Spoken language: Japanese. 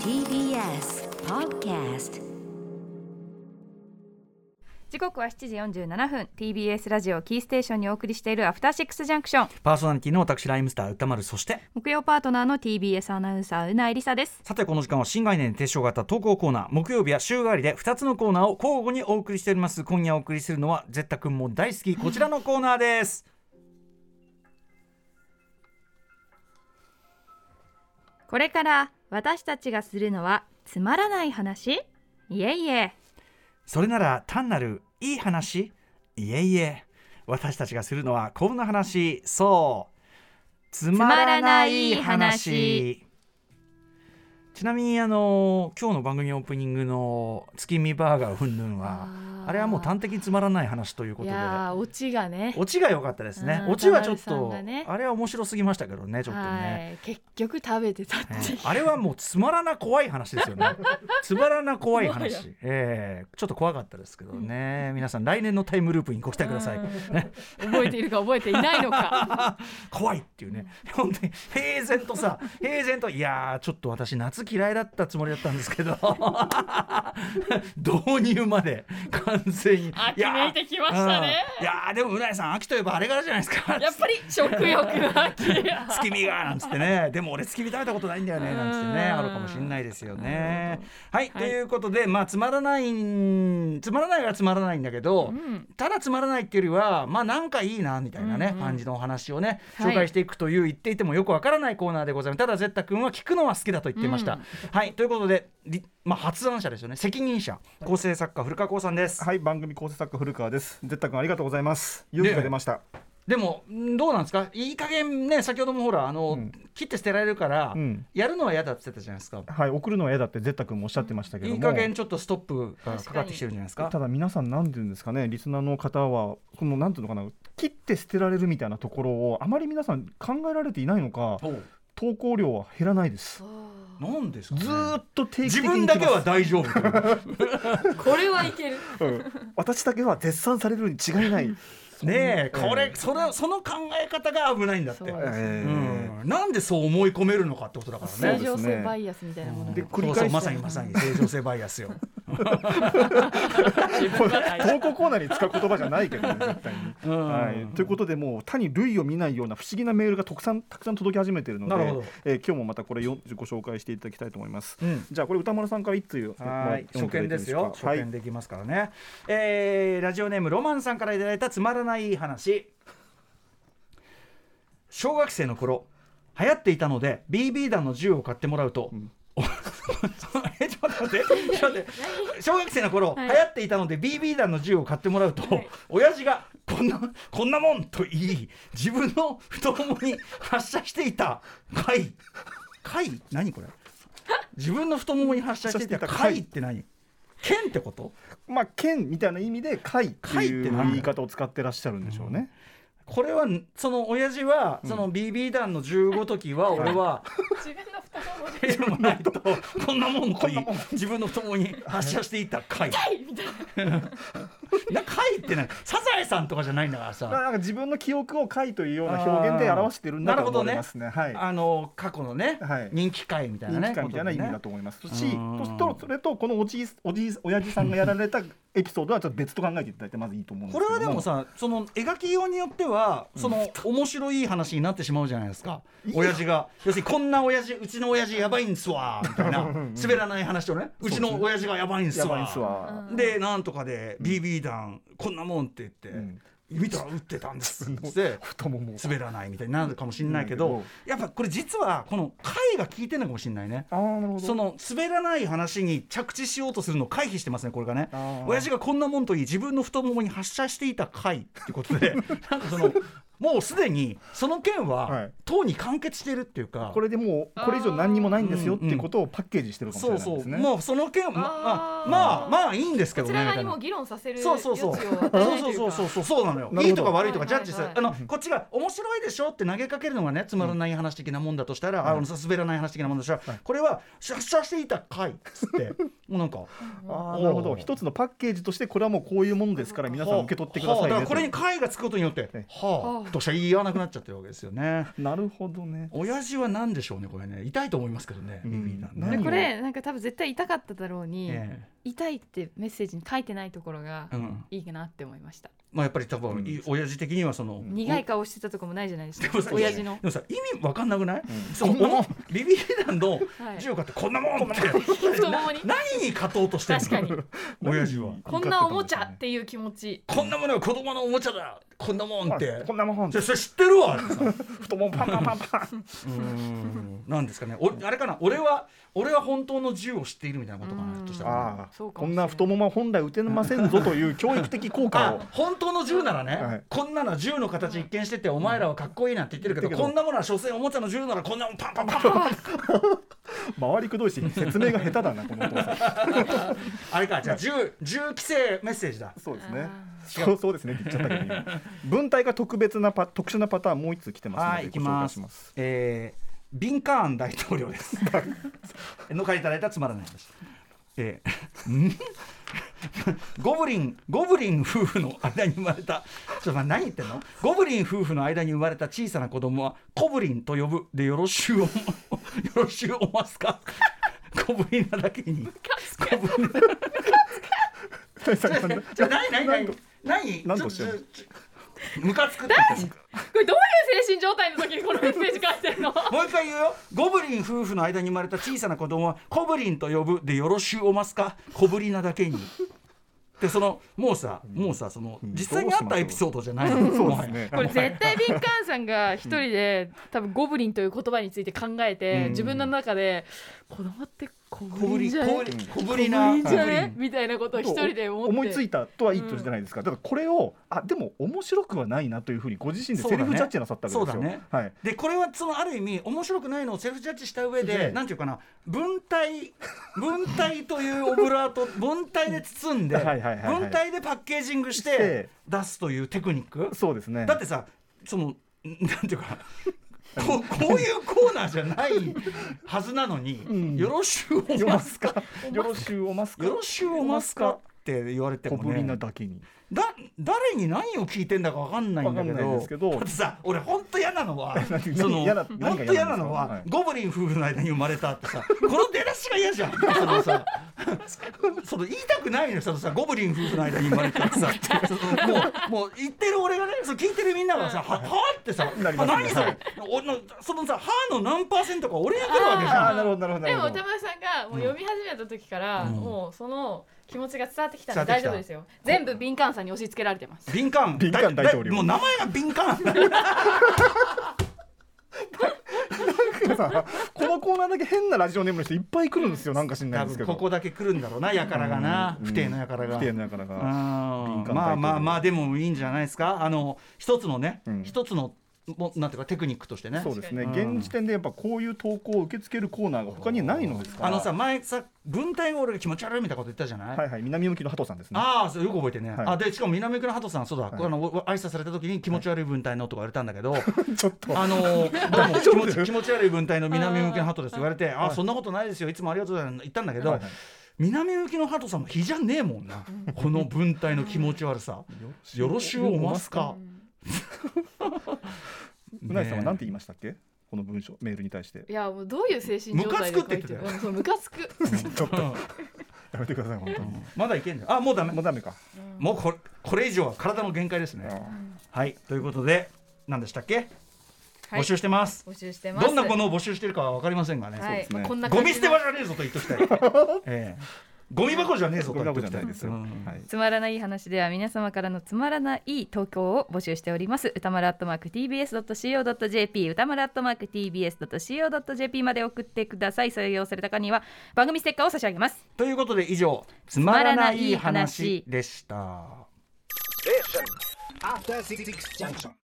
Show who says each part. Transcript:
Speaker 1: TBS Podcast
Speaker 2: 時刻は7時47分 TBS ラジオキーステーションにお送りしているアフターシックスジャンクション
Speaker 3: パーソナリティの私ライムスター歌丸そして
Speaker 2: 木曜パートナーの TBS アナウンサーうなえりさです
Speaker 3: さてこの時間は新概念提唱型投稿コーナー木曜日は週替わりで2つのコーナーを交互にお送りしております今夜お送りするのはゼッタ君も大好きこちらのコーナーです
Speaker 2: これから私たちがするのはつまらない話いえいえ
Speaker 3: それなら単なるいい話いえいえ私たちがするのはこんな話そうつまらない
Speaker 2: つまらない話
Speaker 3: 話ちなみにあの今日の番組オープニングの月見バーガーうんぬんはあれはもう端的につまらない話というこ
Speaker 4: い
Speaker 3: とで
Speaker 4: やーオチがね
Speaker 3: オチが良かったですね
Speaker 4: う。ん
Speaker 3: オチはちょっ
Speaker 4: 渡辺
Speaker 3: と、
Speaker 4: さんがね
Speaker 3: あれは面白すぎましたけどね、ちょっとね。
Speaker 4: はい結局食べてたって
Speaker 3: え
Speaker 4: いう
Speaker 3: ーあれはもうつまらな怖い話です よね。つまらな怖い
Speaker 4: もはや
Speaker 3: 話。えーちょっと怖かったですけどね。皆さん来年のタイムループにご期待ください。ね
Speaker 4: 覚えているか覚えていないのか
Speaker 3: 怖いっていうね。本当に平然 とさ、平然といやーちょっと私夏嫌いだったつもりだったんです けど、導入まで完全に。
Speaker 4: 秋めいてきま
Speaker 3: い
Speaker 4: したね
Speaker 3: やーうんいやーでもうなえさん秋といえばあれからじゃないですか。
Speaker 4: やっぱり食欲の秋や
Speaker 3: 月見がなんつってねでも俺月見食べたことないんだよねなんつってね
Speaker 4: うん
Speaker 3: あるかもしれないですよね。は
Speaker 4: はい
Speaker 3: い、ということでまあつまらないんつまらないはつまらないんだけど、
Speaker 4: ん
Speaker 3: ただつまらないっていうよりはまあなんかいいなみたいな
Speaker 4: う
Speaker 3: ね、
Speaker 4: んうん
Speaker 3: 感じのお話をね
Speaker 4: はい
Speaker 3: 紹介していくという、言っていてもよくわからないコーナーでございますただゼッタ君は聞くのは好きだと言っていました。
Speaker 4: うん
Speaker 3: はいということで、りまあ、発案者ですよね責任者構成作家古川光さんです。
Speaker 5: はい、番組構成作家古川です。絶対君ありがとうございます。勇気が出ました。
Speaker 3: でもんどうなんですかいい加減ね先ほどもほらあの、
Speaker 5: うん
Speaker 3: 切って捨てられるから、
Speaker 5: うん
Speaker 3: やるのは嫌だって言ってたじゃないですか。
Speaker 5: はい、送るのは嫌だって絶対君もおっしゃってましたけども。
Speaker 3: いい加減ちょっとストップがかかってきてるんじゃないですか
Speaker 5: ただ皆さんなんていうんですかね、リスナーの方はこのなんていうのかな、切って捨てられるみたいなところをあまり皆さん考えられていないのか、
Speaker 3: ほう
Speaker 5: 投稿量は減らないです。
Speaker 3: なんですかね
Speaker 5: ずーっと定期
Speaker 3: 自
Speaker 5: 的に
Speaker 3: 分だけは大丈夫
Speaker 4: これはいける
Speaker 5: 来ます、うん私だけは絶賛されるに違いない。
Speaker 3: ねえ
Speaker 5: うん
Speaker 3: これそれその考え方が危ないんだって、
Speaker 4: そうですね
Speaker 3: う
Speaker 5: えー
Speaker 3: ん、なんでそう思い込めるのかってことだから
Speaker 4: 正
Speaker 3: ね。
Speaker 4: 常性バイアスみたいなもの
Speaker 5: で
Speaker 4: が
Speaker 5: 繰り返し
Speaker 3: そうそうまさにまさに正常性バイアスよ。
Speaker 5: これ 投稿コーナーに使う言葉じゃないけどね、絶対に。
Speaker 3: うん
Speaker 5: はい、ということでもう他に類を見ないような不思議なメールがたくさんたくさん届き始めているの
Speaker 3: なるほど
Speaker 5: で、えー今日もまたこれよご紹介していただきたいと思います、
Speaker 3: うん
Speaker 5: じゃあこれ歌丸さんから一通
Speaker 3: はい、初
Speaker 5: 読んいただ
Speaker 3: 見
Speaker 5: いてい
Speaker 3: で
Speaker 5: い
Speaker 3: すよ。
Speaker 5: か
Speaker 3: 初
Speaker 5: はい
Speaker 3: 見できますからね。えーラジオネームロマンさんからいただいたつまらない話。小学生の頃、流行っていたので、BB 弾の銃を買ってもらうと。お えちょっと待って、ちょっと待って小学生の頃、
Speaker 4: はい
Speaker 3: 流行っていたので BB 弾の銃を買ってもらうと、親父がこんなこんなもんと言い自分の太ももに発射していた貝貝何これ自分の太ももに発射していた貝って何剣ってこと
Speaker 5: まあ剣みたいな意味で貝って
Speaker 3: 貝っ
Speaker 5: い
Speaker 3: て
Speaker 5: う
Speaker 3: なんだ
Speaker 5: 言い方を使ってらっしゃるんでしょうね、
Speaker 3: これはその親父はその BB 弾の銃ごときは俺 は
Speaker 4: 自分の太ももで
Speaker 3: 手もないとこんなもんと言い自分の太ももに発射していた貝
Speaker 4: いみたいな
Speaker 3: な貝って何サザエさんとかじゃないんだからさ
Speaker 5: まあなんか自分の記憶を貝というような表現で表してるんだ
Speaker 3: あー
Speaker 5: と思いますねはい
Speaker 3: あの過去のね、
Speaker 5: はい
Speaker 3: 人気回みたいな
Speaker 5: 人
Speaker 3: ね
Speaker 5: 気会みたいな意味だ
Speaker 3: こと
Speaker 5: 思います
Speaker 3: う
Speaker 5: し、
Speaker 3: ん
Speaker 5: ととそれとこのおじいおじいおやじさんがやられたエピソードはちょっと別と考えていただいてまずいいと思うん
Speaker 3: とね
Speaker 5: です
Speaker 3: こ
Speaker 5: け
Speaker 3: れ
Speaker 5: ども
Speaker 3: はでもさその描きようによってはその、面白い話になってしまうじゃないですか親父が要するにこんな親父うちの親父やばいんすわみたいな滑らない話とねうちの親父がやばいんす
Speaker 5: やば
Speaker 3: わ
Speaker 5: いっすわ、
Speaker 3: でなんとかで BB 弾こんなもんって言って、
Speaker 5: ん
Speaker 3: 見たら撃ってたんですって
Speaker 5: 太ももを
Speaker 3: 滑らないみたいになるかもしれないけ
Speaker 5: う
Speaker 3: ど
Speaker 5: ん
Speaker 3: やっぱこれ実はこの回が効いてるのかもしれないね。
Speaker 5: あーなるほど
Speaker 3: その滑らない話に着地しようとするのを回避してますね、これがね
Speaker 5: あー。
Speaker 3: 親父がこんなもんといい、自分の太ももに発射していた回っていうこと で、なんかその、もうすでにその件
Speaker 5: は、
Speaker 3: はい党に完結してるっていうか、
Speaker 5: これでもうこれ以上何にもないんですよっていうことをパッケージしてるかもし
Speaker 3: そう
Speaker 5: れな
Speaker 3: そう、
Speaker 5: いですね。
Speaker 3: もうその件、ま
Speaker 4: あ
Speaker 3: あ、
Speaker 4: ー
Speaker 3: まあ、まあいいんですけ
Speaker 4: こ
Speaker 3: ど
Speaker 4: ち
Speaker 3: ね、
Speaker 4: ら側に
Speaker 3: みたいな
Speaker 4: もう議論させる
Speaker 3: そうそうそう。
Speaker 4: 余
Speaker 3: そ
Speaker 4: 地
Speaker 3: う
Speaker 4: を与えな
Speaker 3: そ
Speaker 4: いうとい
Speaker 3: そうう
Speaker 4: か
Speaker 3: そうそうそうなのよ
Speaker 5: なるほど
Speaker 3: いいとか悪いとかジャッジする、
Speaker 4: はいはいはい
Speaker 3: あのこっちが面白いでしょって投げかけるのがねつまらない話的なもんだとしたら、あの滑らない話的なものでしょ、
Speaker 5: はい
Speaker 3: これは発射していたかいっつっ てもうなんか
Speaker 5: ああなるほ
Speaker 3: お
Speaker 5: ど
Speaker 3: ー
Speaker 5: 一つのパッケージとしてこれはもうこういうものですから皆さん受け取ってくだ
Speaker 3: は
Speaker 5: さ
Speaker 3: あ
Speaker 5: い
Speaker 3: だか
Speaker 5: ね
Speaker 3: ら
Speaker 5: と
Speaker 3: これに会がつくことによって
Speaker 5: え
Speaker 3: はあとしか言わなくなっちゃってるわけですよね
Speaker 5: なるほどね
Speaker 3: 親父は何でしょうねこれね痛いと思いますけどね
Speaker 5: うん
Speaker 3: 耳なん
Speaker 5: 何
Speaker 3: ね
Speaker 5: を
Speaker 2: これなんか多分絶対痛かっただろうに、
Speaker 3: え
Speaker 2: 痛いってメッセージに書いてないところが
Speaker 3: えうん
Speaker 2: いいかなって思いました、
Speaker 3: まあやっぱり多分、
Speaker 5: うん
Speaker 3: い親父的にはその、
Speaker 5: ん
Speaker 2: 苦い顔してたとこもないじゃないです
Speaker 3: でもさ
Speaker 2: か親父の
Speaker 3: で、もさ意味わかんなくない、
Speaker 5: うん
Speaker 3: そのおもビビリ団の
Speaker 2: はい、
Speaker 3: 銃を買ってこんなもんって
Speaker 4: 太ももに
Speaker 3: 何に勝とうとして
Speaker 4: 確かに
Speaker 3: るの親父は
Speaker 4: こんなおもちゃっていう気持ち
Speaker 3: こんなものは子供のおもちゃだこんなもんっ
Speaker 5: あ
Speaker 3: て
Speaker 5: こんなもん
Speaker 3: そそれ知ってるわ
Speaker 5: 太ももパンパンパンパン
Speaker 3: なんですかねおあれかな俺は俺は本当の銃を知っているみたいなことかなひょっとしたら
Speaker 5: ああ
Speaker 2: そうか
Speaker 5: こ
Speaker 2: もし
Speaker 5: ん
Speaker 2: れない
Speaker 5: な太ももは本来打てませんぞという教育的効果を
Speaker 3: あ本当の銃ならね、
Speaker 5: はい
Speaker 3: こんなの銃の形一見しててお前らはかっこいいなんて言ってるけど、
Speaker 5: 言って
Speaker 3: こ
Speaker 5: るけど
Speaker 3: んなものは所詮おもちゃの銃ならこんなもんパンパンパンパン パン
Speaker 5: 回りくどいし説明が下手だなこのお父さん
Speaker 3: あれかじゃあ銃銃規制メッセージだ
Speaker 5: そうですね
Speaker 2: あ
Speaker 5: そうそうですねって言っちゃったけど今 文体が特別なパ特殊なパターンもう一つ来てますの
Speaker 3: は
Speaker 5: で
Speaker 3: い、行き
Speaker 5: ご紹
Speaker 3: ま
Speaker 5: 介
Speaker 3: す
Speaker 5: します。
Speaker 3: えービンカーン大統領 です。の書いていただいたつまらない話。えー んゴブリンゴブリン夫婦の間に生まれたちょっと待って何言ってんのゴブリン夫婦の間に生まれた小さな子供はコブリンと呼ぶでよろしゅうおもよろしゅうお ますかゴブリンなだけにゴブリン ちょ何何何何
Speaker 5: 何としても
Speaker 3: ちょちょちょムカつくって
Speaker 4: これどういう精神状態の時にこのメッセージ書いてる の
Speaker 3: もう一回言うよゴブリン夫婦の間に生まれた小さな子供はコブリンと呼ぶでよろしゅうおますか小ぶりなだけにでそのもうさもうさその
Speaker 5: うん
Speaker 3: 実際にあったエピソードじゃない
Speaker 5: そ
Speaker 3: も
Speaker 5: う
Speaker 3: は
Speaker 5: で
Speaker 3: や
Speaker 5: すね。
Speaker 4: これ絶対敏感さんが一人で多分ゴブリンという言葉について考えて、
Speaker 3: うん
Speaker 4: 自分の中で子供って小
Speaker 3: 小ぶ
Speaker 4: ぶり
Speaker 3: り
Speaker 4: じゃ
Speaker 3: 小
Speaker 4: ね
Speaker 3: ぶり小ぶり
Speaker 4: 小
Speaker 3: な
Speaker 4: ぶりじゃ
Speaker 3: 小ぶり
Speaker 4: ねみたいなことを一人で思って
Speaker 5: 思いついたとは言ってるじゃないですか、だからこれをあでも面白くはないなというふうにご自身でセルフジャッジなさったわけです
Speaker 3: そ
Speaker 5: よ、
Speaker 3: うだね
Speaker 5: はい、
Speaker 3: でこれはそのある意味面白くないのをセルフジャッジした上で
Speaker 5: ええ
Speaker 3: なんていうかな文体文体というオブラート文体で包んで
Speaker 5: はいはいはいはい
Speaker 3: 文体でパッケージングし
Speaker 5: してて
Speaker 3: 出すというテクニック
Speaker 5: そうですね
Speaker 3: だってさそのなんていうかここういうコーナーじゃないはずなのに「
Speaker 5: ん
Speaker 3: よろしゅう お
Speaker 5: よ
Speaker 3: ま
Speaker 5: ますすかよろしゅうおます
Speaker 3: か」
Speaker 5: か
Speaker 3: よろしゅうおますかって言われて
Speaker 5: 小
Speaker 3: も
Speaker 5: ぶりな
Speaker 3: ね
Speaker 5: だけに
Speaker 3: だ誰に何を聞いてんだかわかんないんだけ
Speaker 5: わかんない
Speaker 3: ど
Speaker 5: ですけど
Speaker 3: だってさ俺ほんと嫌なのは
Speaker 5: 何
Speaker 3: その
Speaker 5: 嫌だ
Speaker 3: ほん
Speaker 5: 何が嫌なんですか
Speaker 3: と嫌なのは、
Speaker 5: はい
Speaker 3: ゴブリン夫婦の間に生まれたってさ この出だしが嫌 じゃんそのさ その言いたくないのよそのさゴブリン夫婦の間に生まれたって さその もうもう言ってる俺がねその聞いてるみんながさ「ははってさ「
Speaker 5: なりますね
Speaker 3: あ何そ
Speaker 5: は
Speaker 3: れ
Speaker 5: い
Speaker 3: おのそのさ「は」の何パーセントか俺に来るわけじ
Speaker 5: あ
Speaker 3: ゃ
Speaker 5: あなるほどなるほどな
Speaker 4: で
Speaker 5: る
Speaker 4: も
Speaker 5: ほ
Speaker 4: 歌
Speaker 5: ど
Speaker 4: 丸さんがもう読み始めた時から、
Speaker 3: うん
Speaker 4: もうその気持ちが伝わってきたんで
Speaker 3: 伝
Speaker 4: 大
Speaker 3: わってきた
Speaker 4: 丈夫ですよ全部敏感さんに押し付けられてます
Speaker 3: ん敏感
Speaker 5: 敏感大統
Speaker 3: だ
Speaker 5: 領
Speaker 3: だもう名前が敏感
Speaker 5: さこのコーナーだけ変なラジオネームの人いっぱい来るんですよなんか知んない
Speaker 3: 多
Speaker 5: んです
Speaker 3: 分
Speaker 5: けど
Speaker 3: ここだけ来るんだろうなやからがな、
Speaker 5: うん
Speaker 3: 不定のやからが。
Speaker 5: 不定のやからが
Speaker 3: うん
Speaker 5: 敏感
Speaker 3: まあ
Speaker 5: 大統領
Speaker 3: まあまあでもいいんじゃないですかあの一つのね、
Speaker 5: うん
Speaker 3: 一つのもなんていうかテクニックとしてね
Speaker 5: そうですね
Speaker 3: 確かに
Speaker 5: 現時点でやっぱこういう投稿を受け付けるコーナーが他にないのですから
Speaker 3: あのさ前さ文体が俺が気持ち悪いみたいなこと言ったじゃない、
Speaker 5: はいはい南向きのハトさんですね
Speaker 3: ああそうよく覚えてね、
Speaker 5: はい
Speaker 3: あでしかも南区の鳩さんそうだ、
Speaker 5: はい
Speaker 3: あのお挨拶された時に気持ち悪い文体のとか言われたんだけ ど、
Speaker 5: ちょっと
Speaker 3: あのーどうも
Speaker 5: 大丈
Speaker 3: 気
Speaker 5: 夫
Speaker 3: 持ち気持ち悪い文体の南向きの鳩ですって言われてああそんなことないですよいつもありがとうございます言ったんだけど、
Speaker 5: はいはい
Speaker 3: 南向きの鳩さんの日じゃねえもんなこの文体の気持ち悪さよろしゅうおますか
Speaker 5: うなぎさんは何て言いましたっけこの文章メールに対して
Speaker 4: いやもうどういう精神状態で
Speaker 3: ムカつくって言ってたよ
Speaker 4: こうやうんそうムカつく
Speaker 5: ちょっ と
Speaker 3: うん
Speaker 5: やめてください本当に
Speaker 3: まだいけんじゃんあもうダメ
Speaker 5: もうダメか
Speaker 3: もうこれこれ以上は体の限界ですねはいということで何でしたっけ、
Speaker 4: はい
Speaker 3: 募集してます
Speaker 4: 募集してます
Speaker 3: どんなものを募集してるかは分かりませんがね、
Speaker 4: はい
Speaker 5: すね
Speaker 4: まあこんな
Speaker 3: ゴ
Speaker 4: 感
Speaker 3: ミ
Speaker 4: じ
Speaker 3: 捨て
Speaker 4: の
Speaker 3: 場じゃねえぞと言っときたい、 ええゴミ箱じゃねえぞと
Speaker 5: これ
Speaker 3: 言
Speaker 5: が
Speaker 3: っとき
Speaker 5: 僕じゃ
Speaker 3: た
Speaker 5: ないいですよ
Speaker 3: うん
Speaker 5: はい
Speaker 2: つまらない話では皆様からのつまらない投稿を募集しております歌丸アットマーク TBS.CO.JP 歌丸アットマーク TBS.CO.JP まで送ってください採用された方には番組ステッカーを差し上げます
Speaker 3: ということで以上つま
Speaker 2: ま
Speaker 3: ら
Speaker 2: ら
Speaker 3: な
Speaker 2: ないい
Speaker 3: 話
Speaker 2: 話
Speaker 3: でした。
Speaker 6: After Six Junction.